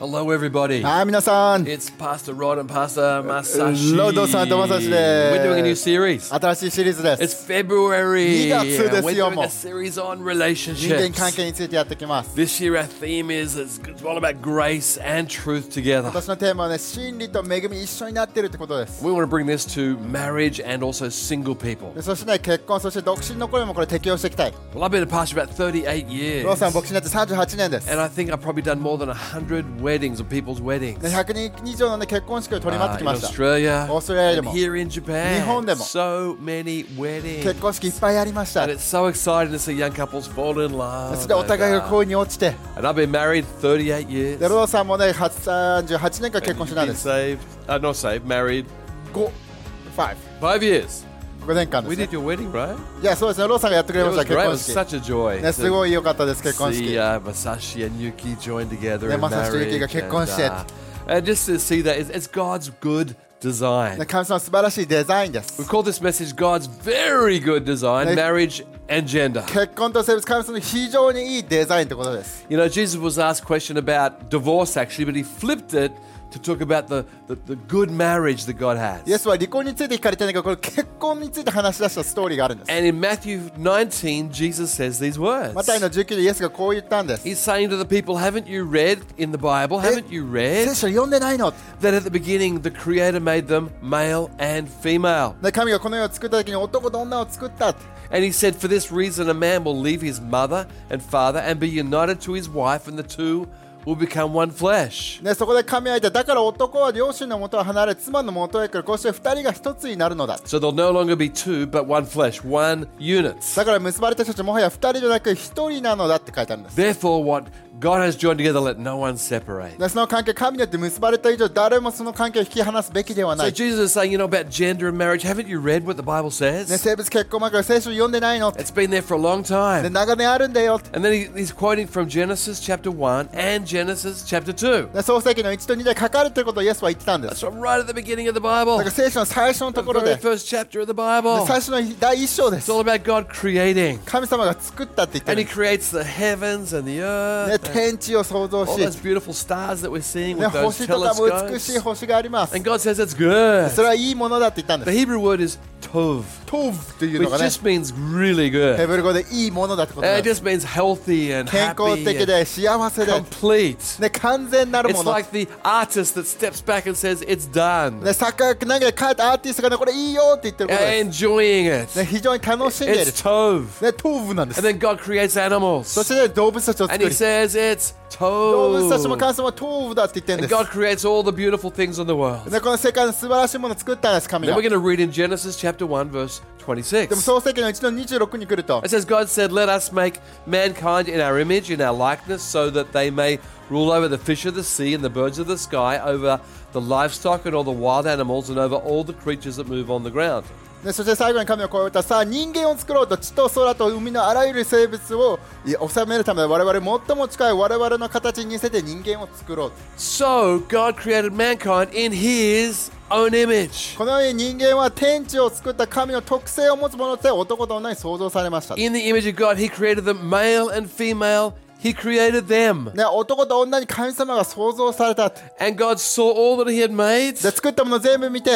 Hello, everybody. はい、皆さん、 It's Pastor Rod and Pastor Uh, Masashi. Ah. ロードさんとまさしです。 We're doing a new series. 新しいシリーズで It's す。 February. 2月です We're よ、doing もう。 a series on 人間 relationships. 関係についてやってきます。 This year, our theme is it's all about grace and truth together. 私のテーマはね、真理と恵み一緒になってるってことです。 We want to bring this to marriage and also single people. でそしてね、結婚、そして独身の声もこれ適用していきたい。 Well, I've been a pastor about 38ロー years. さん、牧師になって38年です。 And ね I think I've probably done more than 100 weddings or people's weddings. 100人以上の、ね、結婚式を取り Uh, 巻って in きました。 Australia, オーストラリアで and も here in Japan, 日本でも。 so many weddings. 結婚式いっぱいありました。 And it's so exciting to see young couples fall in love. そしてお互いが And, uh, 恋に落ちて、 and I've been married 38 years. でローさんもね、38年間 And 結 you've 婚してないで been す。 saved, uh, not saved, married 5、5、 five years. 5年間で We す、ね did。your wedding, right? いや、そうですね、ローさんがやってく It れまし was た、結 great. It was such 婚式。a joy. ね、す to ごい良かったです、結婚 see 式。 uh, Masashi and Yuki join together ね、 in マサシと marriage. ユキが結婚して。 And, uh, and just to see that, it's, it's God's good design. ね神様素晴らしいデザインです。 We call this message God's very good design, Ne- marriage and gender. 結婚と生物神様の非常にいいデザインってことです。 You know, Jesus was asked a question about divorce actually, but he flipped it to talk about the, the, the good marriage that God has. イエスは離婚について聞かれてないけど、これ結婚について話し出したストーリーがあるんです。 And in Matthew 19, Jesus says these マ words. タイの19でイエスがこう言ったんです。 He's saying to the people, haven't you read in the Bible, haven't you read 聖書読んでないの、 that at the beginning the Creator made them male and female? ね、神がこの世を作った時に男と女を作った。 And he said, for this reason, a man will leave his mother and father and be united to his wife, and the two will become one flesh. ね、そこで神は言った。だから男は両親のもとを離れ、妻のもとへ来る。こうして二人が一つになるのだ。 So they'll no longer be two, but one flesh, one unit. だから結ばれた人たちはもはや二人じゃなく一人なのだって書いてあるんです。 Therefore, what God has joined together, let no one separate. ね、その関係、神によって結ばれた以上、誰もその関係を引き離すべきではな So い。ね、 Jesus is saying, you know, about gender and marriage. Haven't you read what the Bible says? 生物結婚前から聖書読んでないの、ね、 It's been there for a long time. 長年あるんだよ。 And then he, he's quoting from Genesis chapter 1 and Genesis chapter 2. で創世記の1と2で書かれてることをイエスは言ってたんです That's。from right at the beginning of the だ Bible. から聖書の最初のと The ころで、 very で first chapter of the Bible. 最 It's 初の第1章です。 all about God creating. 神様が作ったって言ってる And ん he で creates the heavens and the す、ね、 earth. and 天地を創造 all し、 those ね、 beautiful stars that we're seeing with those 星とかも美しい telescopes. 星があります And。God says it's good. それはいいものだって言ったん The です。 Hebrew word is tov, トブっていうの which がね、 just means really ヘ good. ブル語でいいものだってこと And な it んです。 just means healthy and 健 happy 康的 and で幸せで、 complete. ね、完全なる It's もの。 like the artist that steps back and says it's done, ね、サッカー投げて帰ったアーティストがね、これいいよって言ってることです。 enjoying it. ね、非常に楽しんでいる It's。tov. ね、トブなんです And。then God creates そ animals, して、ね、動物たちを and 作 He り、 says it's 動物たちも tov. 神様はトブだって言ってるん And です。 God creates all the beautiful things in the world. ね、この世界の素晴らしいものを作ったんです、神 Then が。 we're で going to read in Genesis chapter one, verse も 26. 創世記の1の26に来ると It、says, God said, Let us make mankind in our image, in our likeness, so that they may rule over the fish of the sea and the birds of the sky, over the livestock and all the wild animals, and over all the creatures that move on the ground. ね、そして最後に神をこう言ったさあ人間を作ろうと地と空と海のあらゆる生物をい収めるため我々最も近い我々の形に似せて人間を作ろう So God created mankind in his own image. このように人間は天地を作った神の特性を持つものとして男と女に創造されました、ね、 In the image of God, he created them male and female. He created them. 男と女に神様が創造されたで And God saw all that he had made. 作ったもの全部見て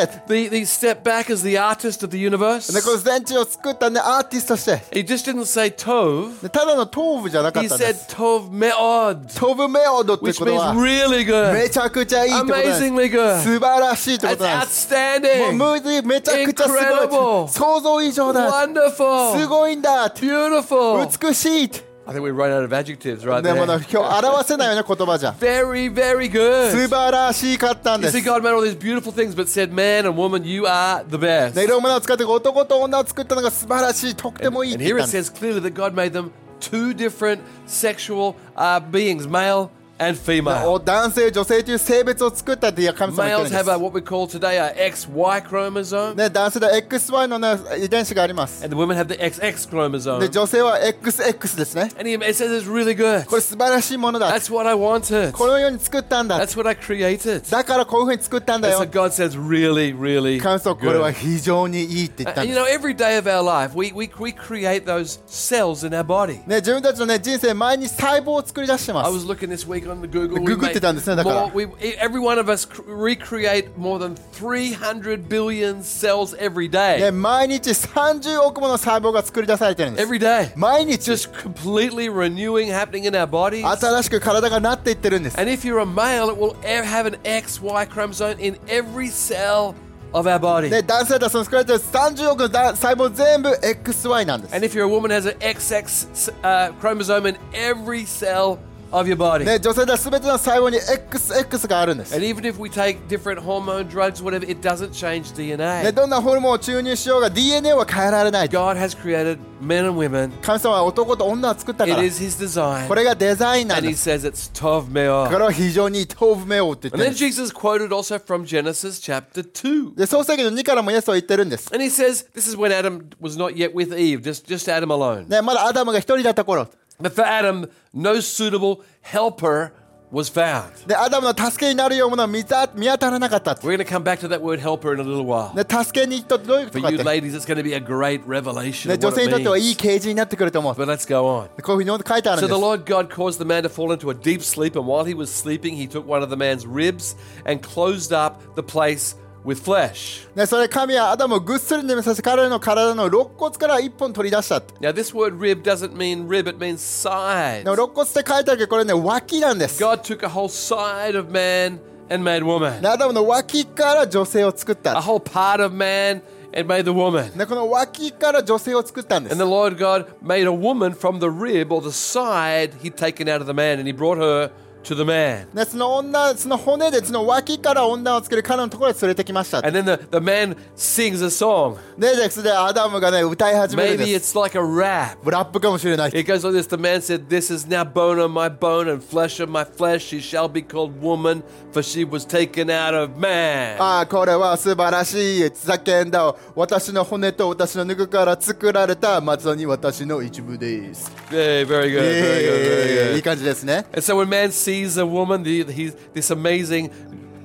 The, で the step back as the artist of the universe. この全地を作った、ね、アーティストとして He just didn't say tov. でただの頭部じゃなかっ He たんで said す tov meod, 頭部メオドっていう which ことは means really め good. ちゃくちゃいいってことなんです Amazingly good. 素晴らしいってこ That's となんですも outstanding. うムーディーめちゃくちゃすご Incredible. い想像以上だす Wonderful. ごいんだ Beautiful. 美しい I think we ran out of adjectives right でも there. ね今日表せないよね言葉じゃ Very, very 素 good. 晴らしかったん You です see, ね God made all these beautiful things, but said, man and woman, you are the best. いろんなものを使って男と女を作ったのが素晴らしいとってもいいっ And て言 here った it んで says す clearly that God made them two different sexual uh, beings, male and female. お男性、女性という性別を作ったっていう神様が言っ Males てる have んで a, す what we call today a XY chromosome, ね、男性では XY の、ね、遺伝子があります。 and the women have the XX chromosome. で、女性は XX ですね。 And he it says it's really good. これ素晴らしいものだ。 That's what I wanted. このように作ったんだ。 That's what I created. だからこういうふうに作ったんだ That's よ what。God says really, really 感想、これは good. 非常にいいって言った And ん you です。 know, every day of our life, we, we, we create those cells in our body. ね、自分たちの、ね、人生、前に細胞を作り出してま I す。 was looking this week on the Google. Google ってたんですね、だから。 more, we, e, every one of us cr- recreate more than 300 billion cells every day. ね、毎日30億もの細胞が作り出されてるんです。 Every day. 毎日 Just completely renewing happening in our bodies. 新しく体がなっていってるんです。 And if you're a male, it will e- have an XY chromosome in every cell of our body. ね、男性だその作られてる30億のだ細胞全部 XY なんです And。if you're a woman, it has an XX uh, chromosome in every cell of your body. ね、女性だすべての細胞に XX があるんです。 And even if we take different hormone drugs, whatever, it doesn't change ね、 DNA. どんなホルモンを注入しようが DNA は変えられない。 God has created men and women. 神様は男と女を作ったか It ら is His design. これがデザインなん And で He す says it's Tov だか Meor. ら非常に豆腐目を打って言って And るん then です Jesus quoted also from Genesis chapter 2. で創世記の2からもイエスを言ってるんです、 And he says, this is when Adam was not yet with Eve, just, just Adam alone. ね、まだアダムが一人だった頃 But for Adam, no suitable helper was found. でアダムの助けになるようなものは見た見当たらなかった We're going to come back to that word helper in a little while. で助けに行くとどういうこ For とかっ you て、ね、 ladies, it's going to be a great revelation. of 女 what it 性にとってはいい means. 啓示になってくると思う But let's go on. こういうふうに書いてある So ん the です Lord God caused the man to fall into a deep sleep, and while he was sleeping, he took one of the man's ribs and closed up the place with flesh. ね、それ神はアダムをぐっすり眠させ彼の体の肋骨から一本取り出したって Now, this word rib doesn't mean rib, it means side. でも肋骨って書いてあるけどこれね脇なんです God took a whole side of man and made woman, でアダムの脇から女性を作っ a た whole part of man and made the woman. でこの脇から女性を作ったんです And the Lord God made a woman from the rib or the side he'd taken out of the man, and he brought her to the man. ね、その女、その骨で、その脇から女をつける彼のところへ連れてきました。ね、 And then the, the man sings a song. で、それでアダムがね、歌い始めるん Maybe です。 it's like a rap. ラップかもしれない。 It goes like this The man said, This is now bone of my bone and flesh of my flesh. She shall be called woman, for she was taken out of man. ああ、これは素晴らしい。叫んだ。私の骨と私のぬくから作られた、まさに私の一部です。 Hey, very good, very good, very えーいい good. 感じですね。 And so when man sees a woman, the, he, this amazing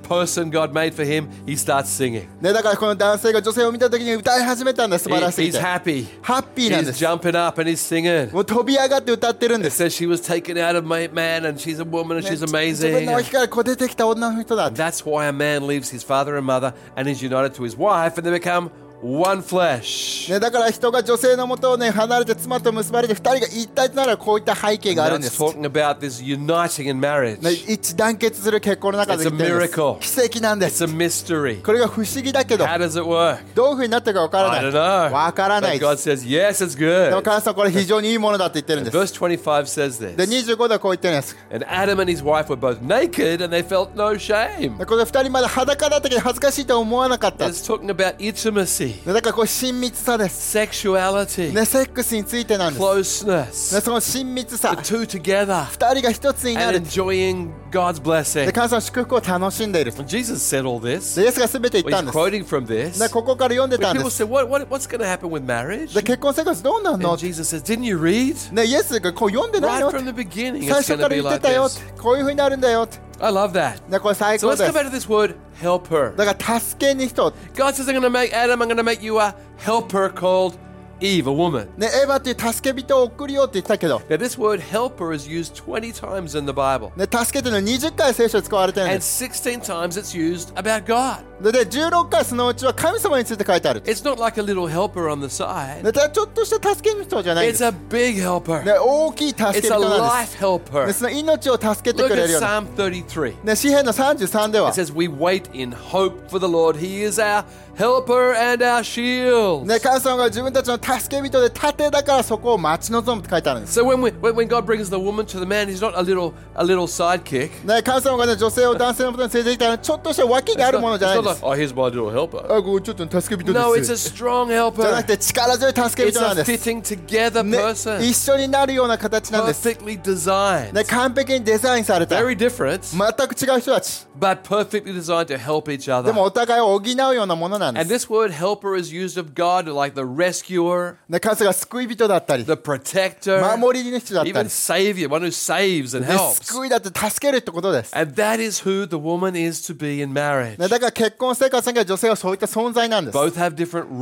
person God made for him, he starts singing. ね、だからこの男性が女性を見た時に歌い始めたんだ。素 He- 晴らしい he's。happy. ハッピーなんで He's す。 jumping up and he's singing. もう飛び上がって歌ってるんで It す。 says she was taken out of my man and she's a woman and ね she's 自分 amazing. の脇 And からこう出てきた女の人だ。 that's why a man leaves his father and mother and is united to his wife and they become one flesh. ね、だから人が女性のもとをね離れて妻と結ばれて2人が一体となるこういった背景があるんで That's す、 talking about this uniting in marriage. ね、一致団結する結婚の中で言ってるんで It's す a miracle. 奇跡なんで It's す a mystery. これが不思議だけど How does it work? どういうふうになってるかわから I な don't い know. わからない But で God す says, yes, it's でも good. 神様これ非常にいいものだって言ってるんです Verse 25 says で this 25ではこう言ってるんです And Adam and his wife were both naked and they felt no shame. でこれ2人まだ裸だったけど恥ずかしいと思わなかったで It's talking about intimacy, だからこれ親密さです sexuality, ねセックスについてなんです、ね、 closeness, その親密さ the 2 two together. 人が一つにな and る enjoying God's で blessing. 神様は祝福を楽しんでいる Jesus said all this. でイエスが全て言っ Well, た he's んです quoting from this. でここから読んでた But んで people す say, what, what, what's going to happen with marriage? で And 結婚生活どうなんの Jesus says, didn't you read? ねイエスがこう読んでな Right いよ from the beginning, 最 it's 初 going か to ら be 言って like たよ this. こういうふうになるんだよ I love that. ねこれ最 So 高 let's で go す back to this word, helper. だから助けに人 God says, I'm going to make Adam, I'm going to make you a helper called Eve, a woman. ねエヴァっていう助け人を送るよって言ってたけど Now, this word helper is used 20 times in the Bible, ね助けての20回聖書で使われてるんで and す16 times it's used about God. でで16回そのうちは神様について書いてある It's not like a little helper on the side, ねただちょっとした助けの人じゃないんで it's す a big helper. ね大きい助け It's 人 a なんで life す helper. ねその命を助けて Look くれ at るような Psalm 33. ね詩篇の33では It says, We wait in hope for the Lord. He is our helper and our shield. ね神様が自分たちの助け人で盾だからそこを待ち望むって書いてあるんです So when, we, when, when God brings the woman to the man, he's not a little, a little sidekick. ね、神様がね、女性を男性のもとに連れてきたら、ちょっとした脇 It's があるもの not, じゃないん it's でで like, oh, す。here's my little helper. あ、こうちょっと助け人 No, で it's a す。 strong じゃな helper. くて力強い助け It's 人なん a です。 fitting together ね person. 一緒になるような形なんです。 Perfectly designed. ね、完璧にデザインされた。全 Very different, く違う人たち。 but perfectly designed to help each で other. もお互いを補うようなものなんで And す。 this word helper is used of God like the rescuer, ね、数が救い人だったり、 the protector, 守り人だったり even、savior, one who saves and で helps. 救いだって助けるってことです。 And that is who the woman is to be in marriage. ね、だから結婚生活の中で女性はそういった存在なんです。 Both have different お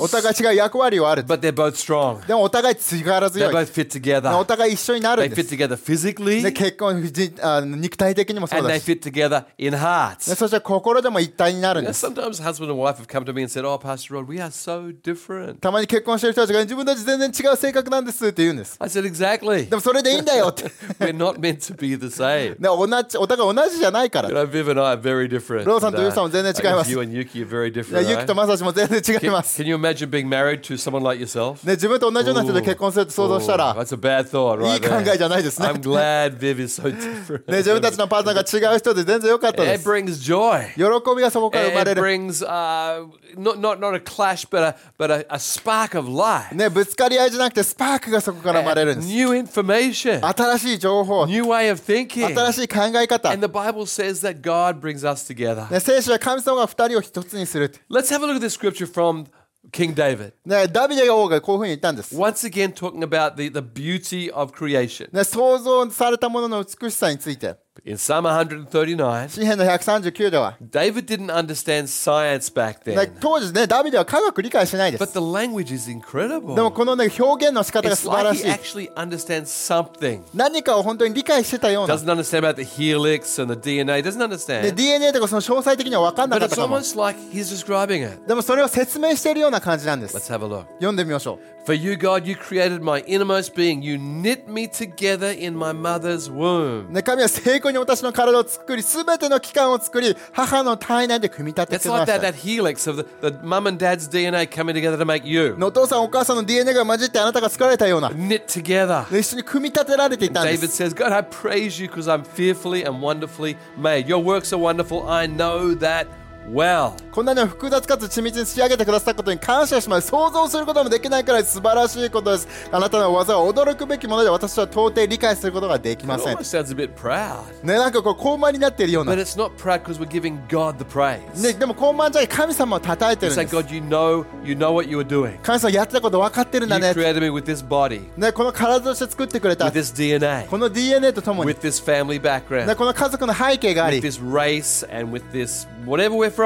roles, 互い違う役割はある。 but they're both strong. でもお互い力 They 強い。ね both fit お together. 互い一緒になる They んで fit す。 together physically ね、結婚じあの肉体的にもそう and だ they し、ね、 fit together in hearts. そして心でも一体になるん Now, です。 sometimes husband and wife have come to me and said, Oh, Pastor Rod, we are so different. たまに結婚してる人たちが自分たち全然違う性格なんですって言うんです。 I said, Exactly. でもそれでいいんだよって。 We're not meant to be the same. ね、同じお互い同じじゃないから。 You ね、 know, Viv and I are very different. ローさんと And, ユウさんも全然違います。 I guess you and Yuki are very ゆ different. き right? とまさしも全然違いま Can, す。 can you imagine being married to someone like yourself? ね、自分と同じような人で結婚するって想像したら Ooh,、that's a bad thought, いい right? 考え there. じゃないですね。 I'm glad Viv is so different. ね、自分たちのパートナーが違う人で全然良かったで It す。 brings joy. 喜びがそこから生まれ It る。 brings uh, not not not a clash, but a but a, a spark of life. ね、ぶつかり合いじゃなくてスパークがそこから生まれるんです。 New information, 新しい情報、 new way of thinking. 新しい考え方。 And the Bible says that God brings us together. ね、聖書は神様が二人を一つにするって。 Let's have a look at this scripture from King David. ね、ダビデ王がこういうふうに言ったんです。 Once again, talking about the, the beauty of creation. ね、創造されたものの美しさについて。 In Psalm 139, 詩篇の139では、 David didn't understand science back ね then, 当時ね、ダビデは科学理解してないで but す。 the language is でも incredible. このね、表現の仕方が It's 素晴ら like し he い。 actually understands something. 何かを本当に理解してたような。 Doesn't understand about the helix and the DNA, doesn't で understand. DNA とかその詳細的には分かんな But かった it's かも。 almost like he's describing it. でもそれを説明しているような感じなんです。 Let's have a look. 読んでみましょ For you, God, you created my innermost being. You knit me together in my mother's う。 womb. ね、神は成功に私の体を作り、すべての器官を作り、母の体内で組み立て It's てま like し that, た that。helix of the, the mum and dad's DNA coming together to make you. のお父さんお母さんの DNA が混じってあなたが作られたような。 Knit together. で一緒に組み立てられていたんで David す。 says, God, I praise you because I'm fearfully and wonderfully made. Your works are wonderful. I know that well. こんなにも複雑かつ緻密に仕上げてくださったことに感謝します。想像することもできないくらい素晴らしいことです。あなたの技は驚くべきもので私は到底理解することができま It せん。ね、 almost sounds a bit proud. なんかこう、高慢になっているような But。it's not proud because we're giving God the praise. ね、でも高慢じゃない神様を叩いてる It's んで like, God, す。you know, you know what you were doing. 神様やってたこと分かってるんだ You ね。 created me with this body, ね、この体として作ってくれた with。this DNA, この DNA とともに、 with this family ね、 background, この家族の背景があり、 with ね、 this race, and with this whatever we're from.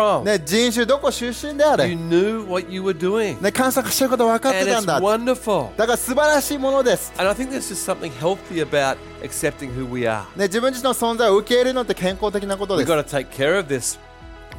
人種どこ出身であれ、 You ね、 knew what you were doing. 神様がしてること分かって And た it's んだ。だ wonderful. から素晴らしいものです。 And I think there's just something healthy about accepting who we are. ね、自分自身の存在を受け入れるのって健康的なことで We've す。 got to take care of this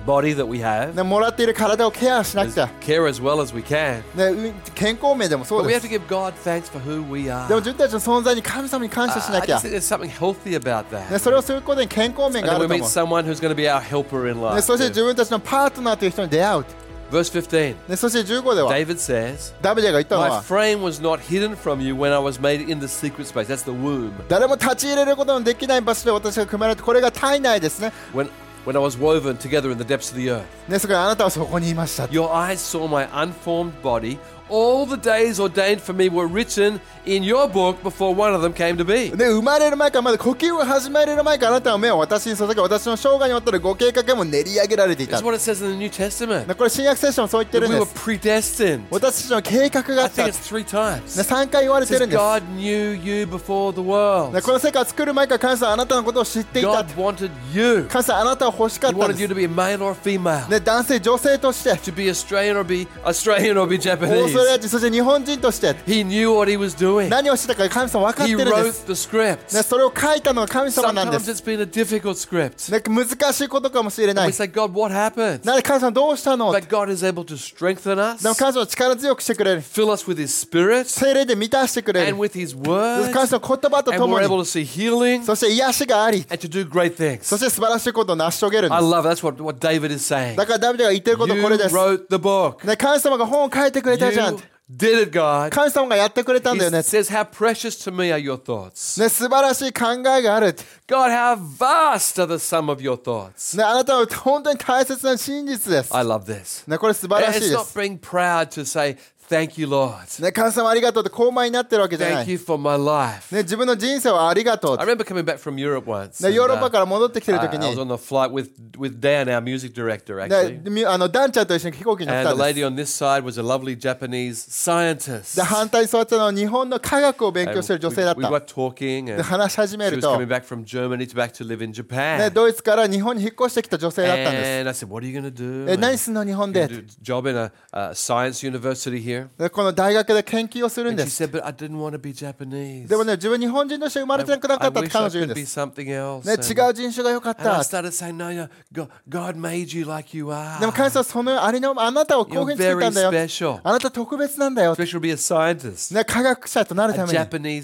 body that we have, ね、もらっている体をケアしなく as, ちゃ。 care as well as we can. ね、う健康面でもそ But う we で have す to。give God thanks for who we are. でも自分たちの存在に神様に感謝し I な I きゃ just。think there's something healthy about that. ね、それをすることに健康面 And があ then る we と meet 思 someone who's going to be our helper in う。ね、 life. そして自 too. 分たちのパートナーという人に出会う。 Verse 15, ね、そして15では、 David says, ダビデが言ったの My は frame was not hidden from you when I was made in the secret space. That's the womb. 誰も立ち入れることのできない場所で私が組まれてこれが体内ですね When, when I was woven together in the depths of the earth. ねそこであなたはそこにいました Your eyes saw my unformed body. All the days ordained for me were written in your book before one of them came to be. で生まれる前からまだ呼吸を始められる前からあなたの目を私に注げ私の生涯にわたるご計画も練り上げられていた That's ね what it says in the New Testament. これ新約聖書もそう言ってる That ん we で were す predestined. 私たちの計画があ I った think ね it's three times. It 3回言われて says るんです God knew you before the world. ねこの世界を作る前から神様はあなたのことを知っていた God wanted you. 神様はあなたを欲しかっ He たん wanted で you す to be a male or a female. ね男性女性として To be Australian or be Australian or be オーストラリ Japanese. ア人そして日本人として He knew what he was doing. 何をしてたか神様は分かっ He てるんで wrote す the ね scripts. それを書いたのが神様なんで Sometimes す it's been a difficult script. ね、難しいことかもしれな We い。 say, God, what happened? なんで神様どうしたので But God is able to strengthen us, も神様は力強くしてくれる。 fill us with His Spirit 精霊で満たしてくれる。 and with His Word, 神様の言葉と and とも we're able に、 to see healing そして癒しがあり、 and to do great そし things. て素晴らしいことを成し遂げるんで I す。 love that's what, what David is saying. だからダビデが言ってることはこれ You です。 wrote the book. ね、神様が本を書いてくれたじゃん You。 did it, God. 神様がやってくれたん He だよね。ね says, How precious to me are your thoughts. 素晴らしい考えがある。 God, how vast are the sum of your thoughts. ね、あなたは本当に大切な真実です。 I love this. ね、これ素晴らし It's いで not す。 being proud to say, Thank you, Lord. ね、神様ありがとうって高慢になってるわけじゃない。 Thank you for my life. ね、自分の人生はありがとうっ I て。 remember coming back from Europe once. and, ね、ヨーロッパ uh, から戻ってきてる I, 時 I was に、 on the flight with, with Dan, our music director, ね actually.、みあのダンちゃんと一緒に飛行機に乗っ And た the んです lady。on this side was a lovely Japanese scientist. で反対に座ってたのは日本の科学を勉 And 強してる女性だ we, っ we were た。 talking で and 話し始め she る was と、 coming back from Germany to back to live in ね、 Japan. ドイツから日本に引っ越してきた女性だったんです。 And I said, What are you going to do? え And 何すんの日本 "You're で gonna do a job in a, a science university here. でこの大学で研究をするん And で she す。 said, But I didn't want to be Japanese. でもね、自分日本人として生まれ I, てなくなか I ったって wish 彼 I 女言うん could で be す。 something else. ね、違 And- う人種が良かっ And I た。 started saying, No, no, God, God made you like you are. でも神様はそのありのあなたをこういうふうに作ったんだ You're very special. よ。あなた特別なんだよ。 Especially to be a scientist, ね、科学者となる a ために。 Japanese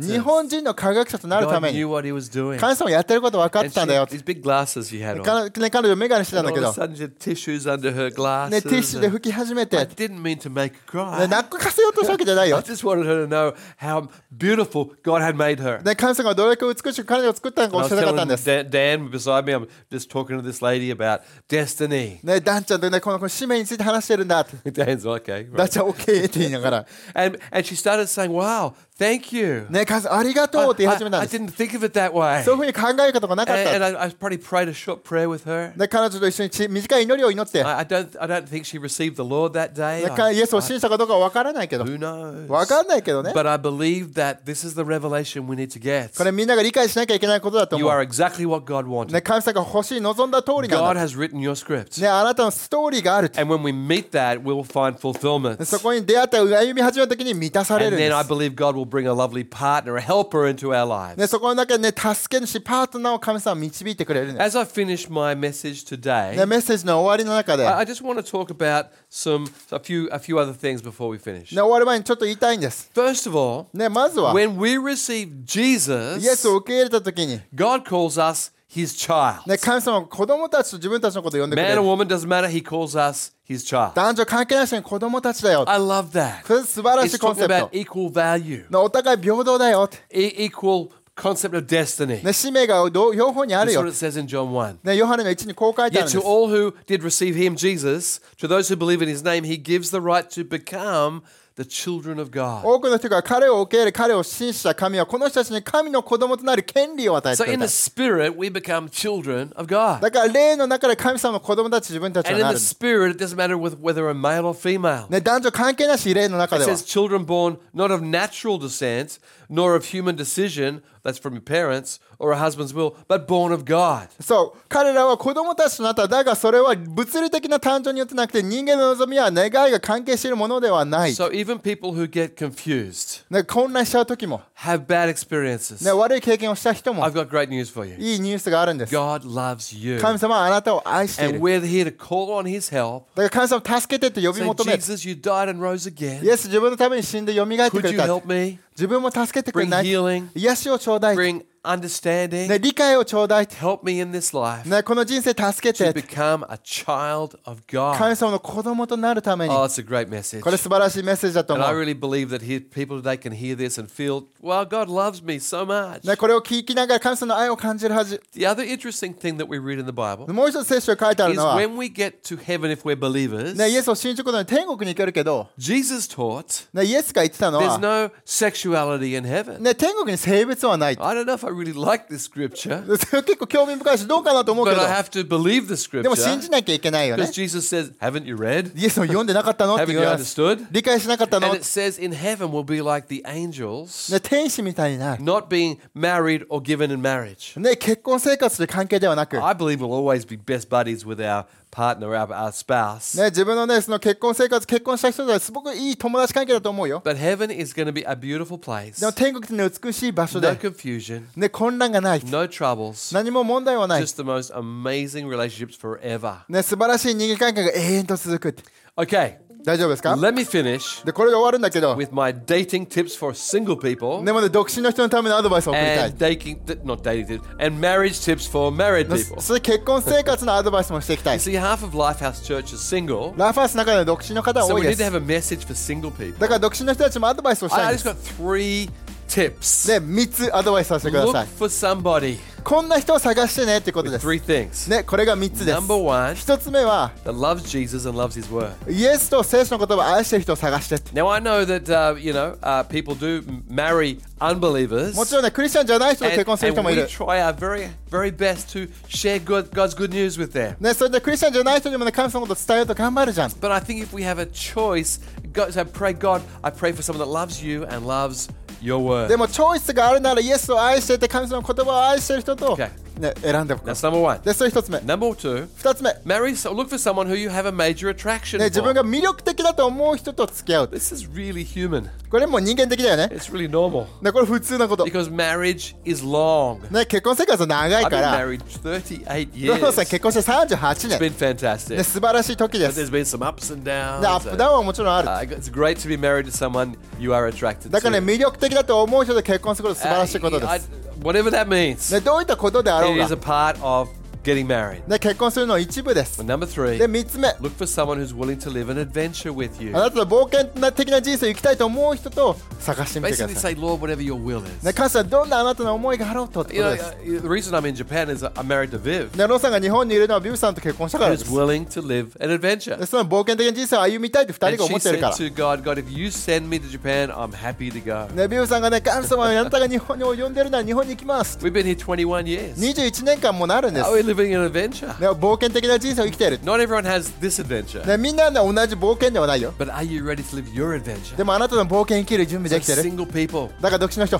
scientist. 日本人の科学者となるた God めに knew。what he was doing. 神様やってること分かっ And てたんだよ she,。these big glasses she had か on. ね彼女メガネしてたん And だ all け of ど a、sudden, she had tissues under her ね、 glasses. ティッシュで拭 and き始め I て、 didn't mean to make her ね、 cry. 泣かせようとしたわけじゃない I よ。 just wanted her to know how beautiful God had made her. ね、神様がどれだけ美しく彼女を作った And のか I 教えたかったんで was す。 telling Dan, Dan beside me, I'm just talking to this lady about destiny. ね、ダンちゃんとね、このこの使命について話してるんだって。 Dan's like, okay. ダン right." ちゃん、オッケーって言いながら、 And, and she started saying, wow, thank you. ね、神様ありがと I, うって言い始めた I- I んです。 didn't think of it that way. そういうふうに考え方がなかっ and, and。た I, I probably prayed a short prayer with her. で彼女と一緒にち短い祈りを祈って、ね I, I don't. I don't think she received the Lord that day. か I- イエスを信じたかどうかは分からないけど、 who knows? 分かんないけどね、 But I believe that this is the revelation we need to get. これみんなが理解しなきゃいけないことだと You 思 are う。 exactly what God ね、 wanted. 神様が欲しい、望んだ通りなん God だ。 has written your script, ね、あなたのストーリーがあるって。 and when we meet that, we will find fulfillment. そこに出会った歩み始めた時に満たされ And るんで then I す。 believe God will bring a lovely partner, a helper into our ね、 lives. そこの中でね、助け主、パートナーを神様は導いてくれるんで As す。I finish my message today, ね、メッセージの終わりの中で、 I ね、 I just want to talk about some a few a few other things before we finish. 終わる前にちょっと言いたいんです。 First of all, ね、まずは、イ when we receive エ Jesus, スを受け入れた時に、 God calls us His child. ね、神様は子供たちと自分たちのことを呼んでくれ Man or る。 woman doesn't matter. He calls us his child. 男女関係ない人に子供たちだよ。 I love that. それ素晴らし It's いコン talking セプト about。equal value, ねお互い平等だよって。 e- equal concept of destiny. ね、使命がどう両方にある That's よ what。it says in John 1. ね、ヨハネの1にこう書いてあ Yet るんで to す。 all who did receive him, Jesus, to those who believe in his name, he gives the right to become the children of God. 多くの人が彼を受け入れ、彼を信じた神は、この人たちに神の子供となる権利を与え So てくれ in the た。 spirit, we become children of God. だから、霊の中で神様の子供たち、自分たち And は in な the る。 spirit, it doesn't matter with whether a male or female. ね、男女関係なし、霊の中 It では says。children born not of natural descent, nor of human decision, that's from your parents, or a husband's will, but born of God. そう、彼らは子供たちとなった。だが、それは物理的な誕生によってなくて、人間の望みや願いが関係しているものではない。 So even people who get confused ね、混乱しちゃう時も、 have bad experiences. ね、悪い経験をした人も I've、got great news for you. いいニュースがあるんです。 God loves you. 神様はあなたを愛してい And る。 we're here to call on his help. だから神様助けてって呼び Say, 求める。 Jesus, you died and rose again. イエス自分のために死んで蘇ってく Could れ you た help。me? 自分も助けてくれな Bring い。 healing. 癒しをちょうだい。ね、 Bring understanding. 理解をちょうだい。 Help me in this life ね、この人生助け to て。 become a child of 神 God. 様の子供となるために。 Oh, こ it's a great message. れ素晴らしいメッセージだと And 思 I う。 really believe that he, people today can hear this and feel, wow, God loves me so much. ね、これを聞きながら神様の愛を感じるはず。 The other interesting thing that we read in the Bible もう一つ聖書に書いてある is のは、ね、 when we get to heaven, if we're believers, イエスを信じることに天国に行けるけど、 Jesus taught ね、イエスが言ってたの there's は、 no sexuality in heaven. ね、天国に性別はない。 I don't know if I really like this scripture, それ結構興味深いし、どうかなと思うけ but ど I、have to believe the でも信 scripture じなきゃいけないよね because。Jesus says, Haven't you read? イエスを読んでなかったのって言われ Haven't you understood? 理解しなかったの And it says, In heaven, we'll be like the angels, ね、天使みたいになる。 not being married or given in marriage. ね、結婚生活で関係ではなく、ね、 I believe we'll always be best buddies with our partner, our, our spouse. 自分のね、その結婚生活、結婚した人たちすごくいい友達関係だと思うよ。 But heaven is going to be a beautiful place. でも天国ってね、美しい場所 No で、 confusion, ね、混乱がない。 no troubles, 何も問題はない。 just the most amazing relationships forever. ね、素晴らしい人間関係が永遠と続くって。 Okay, 大丈夫ですか Let me finish でこれが終わるんだけど with my dating tips for single people でもね独身の人のためのアドバイスを送りたい and dating, th- not dating tips, and marriage tips for married の people. そして結婚生活のアドバイスもしていきたい You see, half of Lifehouse Church is single, ライフハウスの中では独身の方は so 多い we need です to have a message for single people. だから独身の人たちもアドバイスをした I, I いんで just す got three tips. で3つアドバイスさせてくださ Look い for somebody こんな人を探してねってことで with す three things. ねこれが3つです Number one, 1つ目は that loves Jesus and loves His Word. イエスと聖書の言葉を愛してる人を探してって Now I know that uh, you know uh, people do m- marry unbelievers, もちろんねクリスチャンじゃない人と and, 結婚する人 and もい we る try our very very best to share good, God's good news with them. ねそれでクリスチャンじゃない人にもね神様のこと伝えようと頑張るじゃん But I think if we have a choice, God, so pray God, I pray for someone that loves you and loves your word. でもチョイスがあるならイエスを愛してて神様の言葉を愛してる人と、 Okay. ね、選んでおく That's number one. でそれ1つ目 Number two, 2つ目、ね、 marry. So look for someone who you have a major attraction 自分が for. 魅力的だと思う人と付き合う This is really human. これもう人間的だよね It's really normal ねこれ普通のこと、ね、 because marriage is long. 結婚生活は長い I've か been ら married 38ロロさん years. 結婚して38 It's 年 been fantastic. ね素晴らしい時で But す there's ね been some ups and downs. アップダウンはもちろんある Uh, it's great to be married to someone you are attracted だ to. からね魅力的だと思う人と結婚すること素晴らしいことで Uh, I- す、 whatever that means, ね、どういったことであろう it が is a、part of getting married. ね、結婚するのは一部です And number three, で3つ目 look for someone who's willing to live an adventure with あ you. なたの冒険的な人生を生きたいと思う人と探してみてくだ Basically, さい。 say, Lord, whatever your will is. ね、関さん、どんなあなたの思いがあろうとってこ You know, とです。 uh, the reason I'm in Japan is I'm married to Viv, ね、ロンさんが日本にいるのはビブさんと結婚したからで who's す。 willing to live an で adventure. その冒険的な人生を歩みたいって2人 And が思 she ってる said から。 to God, God, if you send me to Japan, I'm happy to go. ね、ビブさんがね、神様、あなたが日本に呼んでるなら日本に行きます。 We've been here 21 years. 21年間もなるんです Are。we living an adventure? ね、冒険的な人生を生きている。 Not everyone has this adventure, ね、みんな、ね、同じ冒険ではないよ。 but are you ready to live your adventure? でもあなたの冒険生きる準備 So できてる。 single people, だから独身の人、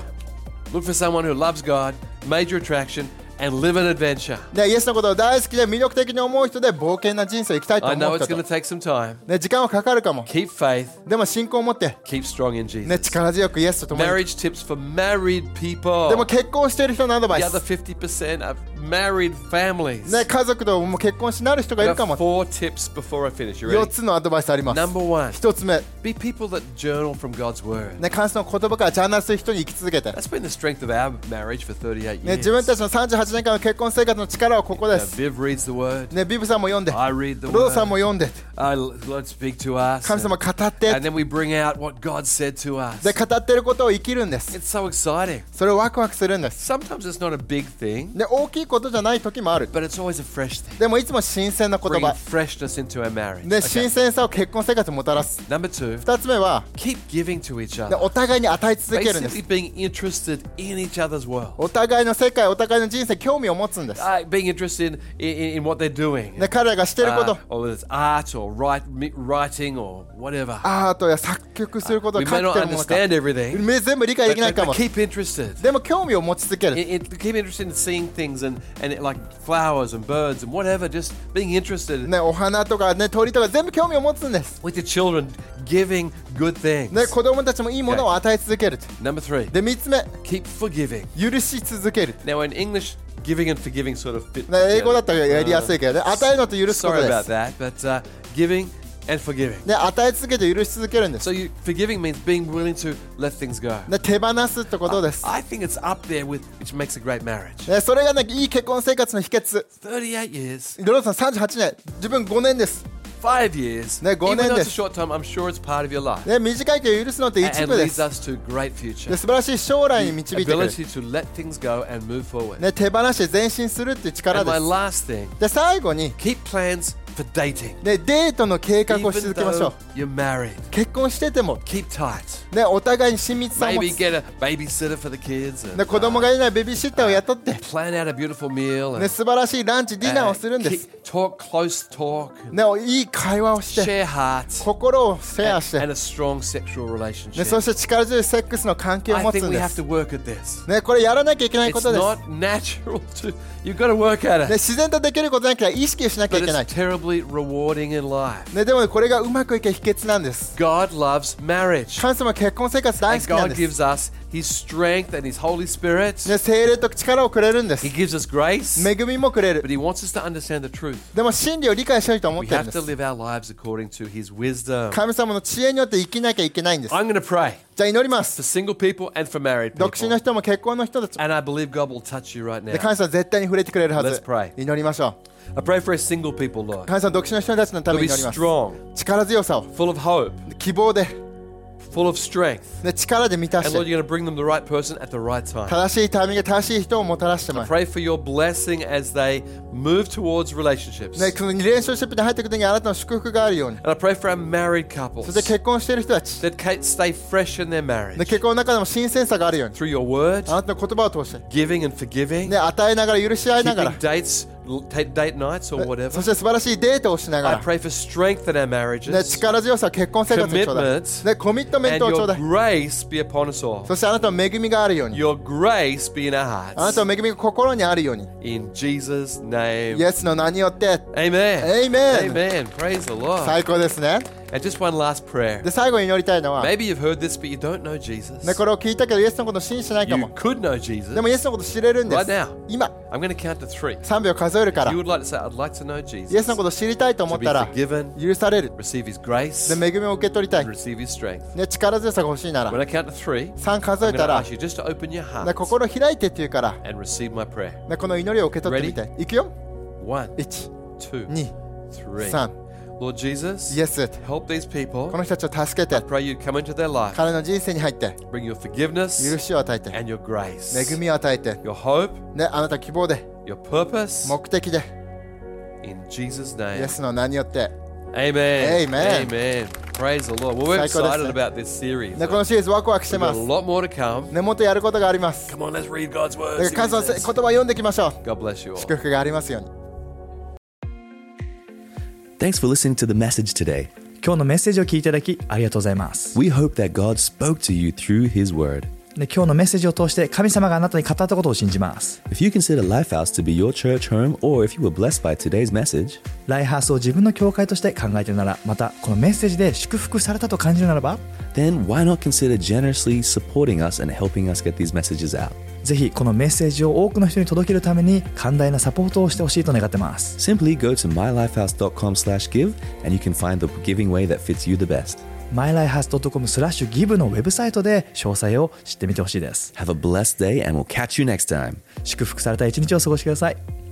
look for someone who loves God, major attraction, and live an adventure. ね、イエスのことを大好きで魅力的に思う人で冒険な人生を生きたいと I 思 know う it's 人 going と。 to take some time. ね、時間はかかるかも。 Keep faith. でも信仰を持って。 Keep strong in ね、 Jesus. 力強くイエスと共に。 Marriage tips for married で people. も結婚している人のアドバイ The ス other。50% of married families. ね、家族ともう結婚しなる人がい I るか got も。 four tips before I finish. You 4 ready? つのアドバイスあります。 Number one, 1つ目、 be people that journal from God's word. ね、感想の言葉からジャーナルする人に生き続けて。 That's been the strength of our marriage for 38ね、 years. 自分たちの38年間の結婚生活の力はここで Uh, す。 Viv reads the word. ね、ビブさんも読んで、 I read the ロドさ word. んも読んで、 I Lord speak to us. 神 And, 様語って、 and then we bring out what God said to us. で、語ってることを生きるんです。 It's so exciting. それをワクワクするんです。 Sometimes it's not a big thing, ね、大きいことじゃない時もある。 but it's always a fresh thing. でもいつも新鮮な言 Bringing 葉。 freshness into our marriage. ね、 Okay. 新鮮さを結婚生活にもたらす。 Number two, 2つ目は、 keep giving to each ね other. お互いに与え続けるんです Basically,。being interested in each other's world, お互いの世界、お互いの人生、興味を持つんです。 uh, being interested in, in, in what they're doing, ね、彼らがしてるこ Uh, と、 or whether it's art or write, mi- writing or whatever. アートや作曲すること、 We 書 may いて not るものか understand everything, め全部理解で but, きない but- か but も。 keep interested. でも興味を持ち続ける。 It, it, keep interested in seeing things and, and it, like flowers and birds and whatever. Just being interested ね、お花とか、ね、鳥とか全部興味を持つんです。 with your children, giving good things. ね、子供たちもいいものを与え続ける。 Number three, で、3つ目、 keep forgiving. 許し続ける。 Now in English, giving and forgiving sort of fit. ね、英語だったらやりや together. Uh, すいけどね、与えるのと許すこと Sorry で about す。 that, but uh, giving and forgiving. ね、与え続けて許し続けるんです So。you, forgiving means being willing to let things go. ね、手放すってことです。 I think it's up there with which makes a great marriage. ね、それがね、いい結婚生活の秘訣。 38 years, ドローさん38年、自分5年です。 5 years. ね、 Even though it's a 5年です。 short time, I'm sure it's part of your life. ね、短いけど許すのって And 一 and 部で leads す。 us to great future. で素晴らしい将来に導いてくれる Ability、to let things go and move forward. ね、手放して前進するっていう力 And で my す last thing, で最後に、 keep plans for dating. ね、デートの計画をし Even 続けまし though ょう you're married, 結婚してても、 keep tight. ね、お互いに親密さを持 Maybe つ、 get a babysitter for the kids. And, ね、子供 uh, がいないベビーシッターを雇って、 plan out a beautiful meal. ね、 And, uh, 素晴らしいランチディナーをするんです keep- talk close talk. ね、いい会話をして Share hearts. 心をシェアし and て、 a strong sexual ね、 relationship. そして力強いセックスの関係を I 持つ think ん we で have す to、work at this. ね、これやらなきゃいけないこ It's とです、ね、 not natural to. You've got to work at it. 自然とできることだけは意識しなきゃ But いけない it's、terribly rewarding in life. ね、でもねこれがうまくいけ秘訣なんです God loves marriage. 神様は結婚生活大 And 好きな God んです、 gives us His strength and His Holy Spirit. ね、精霊と力をくれるんです He gives us grace. 恵みもくれる But He wants us to understand the truth. でも真理を理解しようと思っ We てるん have で to す live our lives according to His wisdom. 神様の知恵によって生きなきゃいけないんです I'm going to pray じゃあ祈りま for す single people and for married 独身の people. 人も結婚の人たち And I believe God will touch you right で now. 神様は絶対に触れてくれるは Let's ず pray. 祈りましょ I pray for a single people, う Lord. 神様独身の人たちのた They'll めに be 祈ります strong, 力強さを full of hope, 希望で full of strength. で力で満た And し Lord, て you're going to bring them the right person at the right time. 正しいタイミングで正しい人をもたらしてます Pray for your blessing as they move towards relationships. ね、 And そのリレーションシップに入っていく時にあなたの祝福があるように I pray for our married couples そして結婚している人たち that Kate stay fresh in their で marriage 結婚の中でも新鮮さがあるように through your word, あなたの言葉を通して、 giving and forgiving, ね、与えながら許し合いなが keeping ら dates, l- date date nights or ねそ whatever. して素晴らしいデートをしな I が pray for strength in our ら、ね、 marriages 力強さ結婚生活にちょうだい、 Commitment ね、コミットメン and トをちょ your うだい grace be upon us all. そしてあなたの恵みがあるように Your grace be in our あな hearts. たの恵みが心にあるように In Jesus' name. イエスの名によって Amen. Amen. Amen. Praise the Lord. 最高ですね And just one last prayer. で最後に祈りたいのは、ね、 Maybe you've heard this, but you don't know Jesus. これを聞いたけどイエスのこと信じてないか You も could know Jesus. でもイエスのこと知れるんです Right now. 今 I'm going to count to three. 3秒数えるか If ら you イ would like to say, I'd like to know Jesus, エスのこと知りたいと思 to っ be たら forgiven, 許される receive His grace, で恵みを受け取りたい and、receive His strength. ね、力強さが欲しいなら When I count to three, 3 I'm 数え going to たら ask、you just to open your ね、 heart 心開いてって言うから、 and receive my prayer. ね、この祈りを受け取ってみていくよ One, 1 two, 2 three. 3 Lord Jesus, イエス help these こ people. の人たちを助けて Pray you come into their life, 彼の人生に入って bring your 許 forgiveness しを与えて and your grace, 恵みを与えて、 your hope, ね、あなた希望で your purpose. 目的で In Jesus' イ name. エスの名によって、 Amen. Amen. Amen. Praise the Lord. Well, we're 最高ですね。 excited about this series. ね、このシリーズワクワクして We've ま got す a lot more to come. 根元やることがあります Come on, let's read God's だから word. 神様の言葉を読んでいきましょう God bless you all. 祝福がありますように Thanks for listening to the message today. 今日のメッセージを聞いていただきありがとうございます。 We hope that God spoke to you through His Word. で今日のメッセージを通して神様があなたに語ったことを信じます。 If you consider Lifehouse to be your church home, or if you were blessed by today's message, ライハースを自分の教会として考えているなら、またこのメッセージで祝福されたと感じるならば、 then why not consider generously supporting us and helping us get these messages out? ぜひこのメッセージを多くの人に届けるために寛大なサポートをしてほしいと願ってます。 Simply go to mylifehouse.com/give and you can find the giving way that fits you the best. mylifehouse.com スラッシュギブのウェブサイトで詳細を知ってみてほしいです。 Have a blessed day and we'll catch you next time. 祝福された一日を過ごしてください。